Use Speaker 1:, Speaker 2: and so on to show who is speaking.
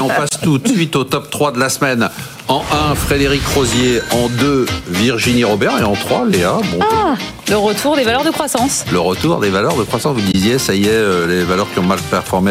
Speaker 1: on passe tout de suite au top 3 de la semaine. En 1, Frédéric Rosier. En 2, Virginie Robert. Et en 3, Léa. Bon,
Speaker 2: Ah, le retour des valeurs de croissance.
Speaker 1: Le retour des valeurs de croissance, vous disiez, ça y est, euh, les valeurs qui ont mal performé,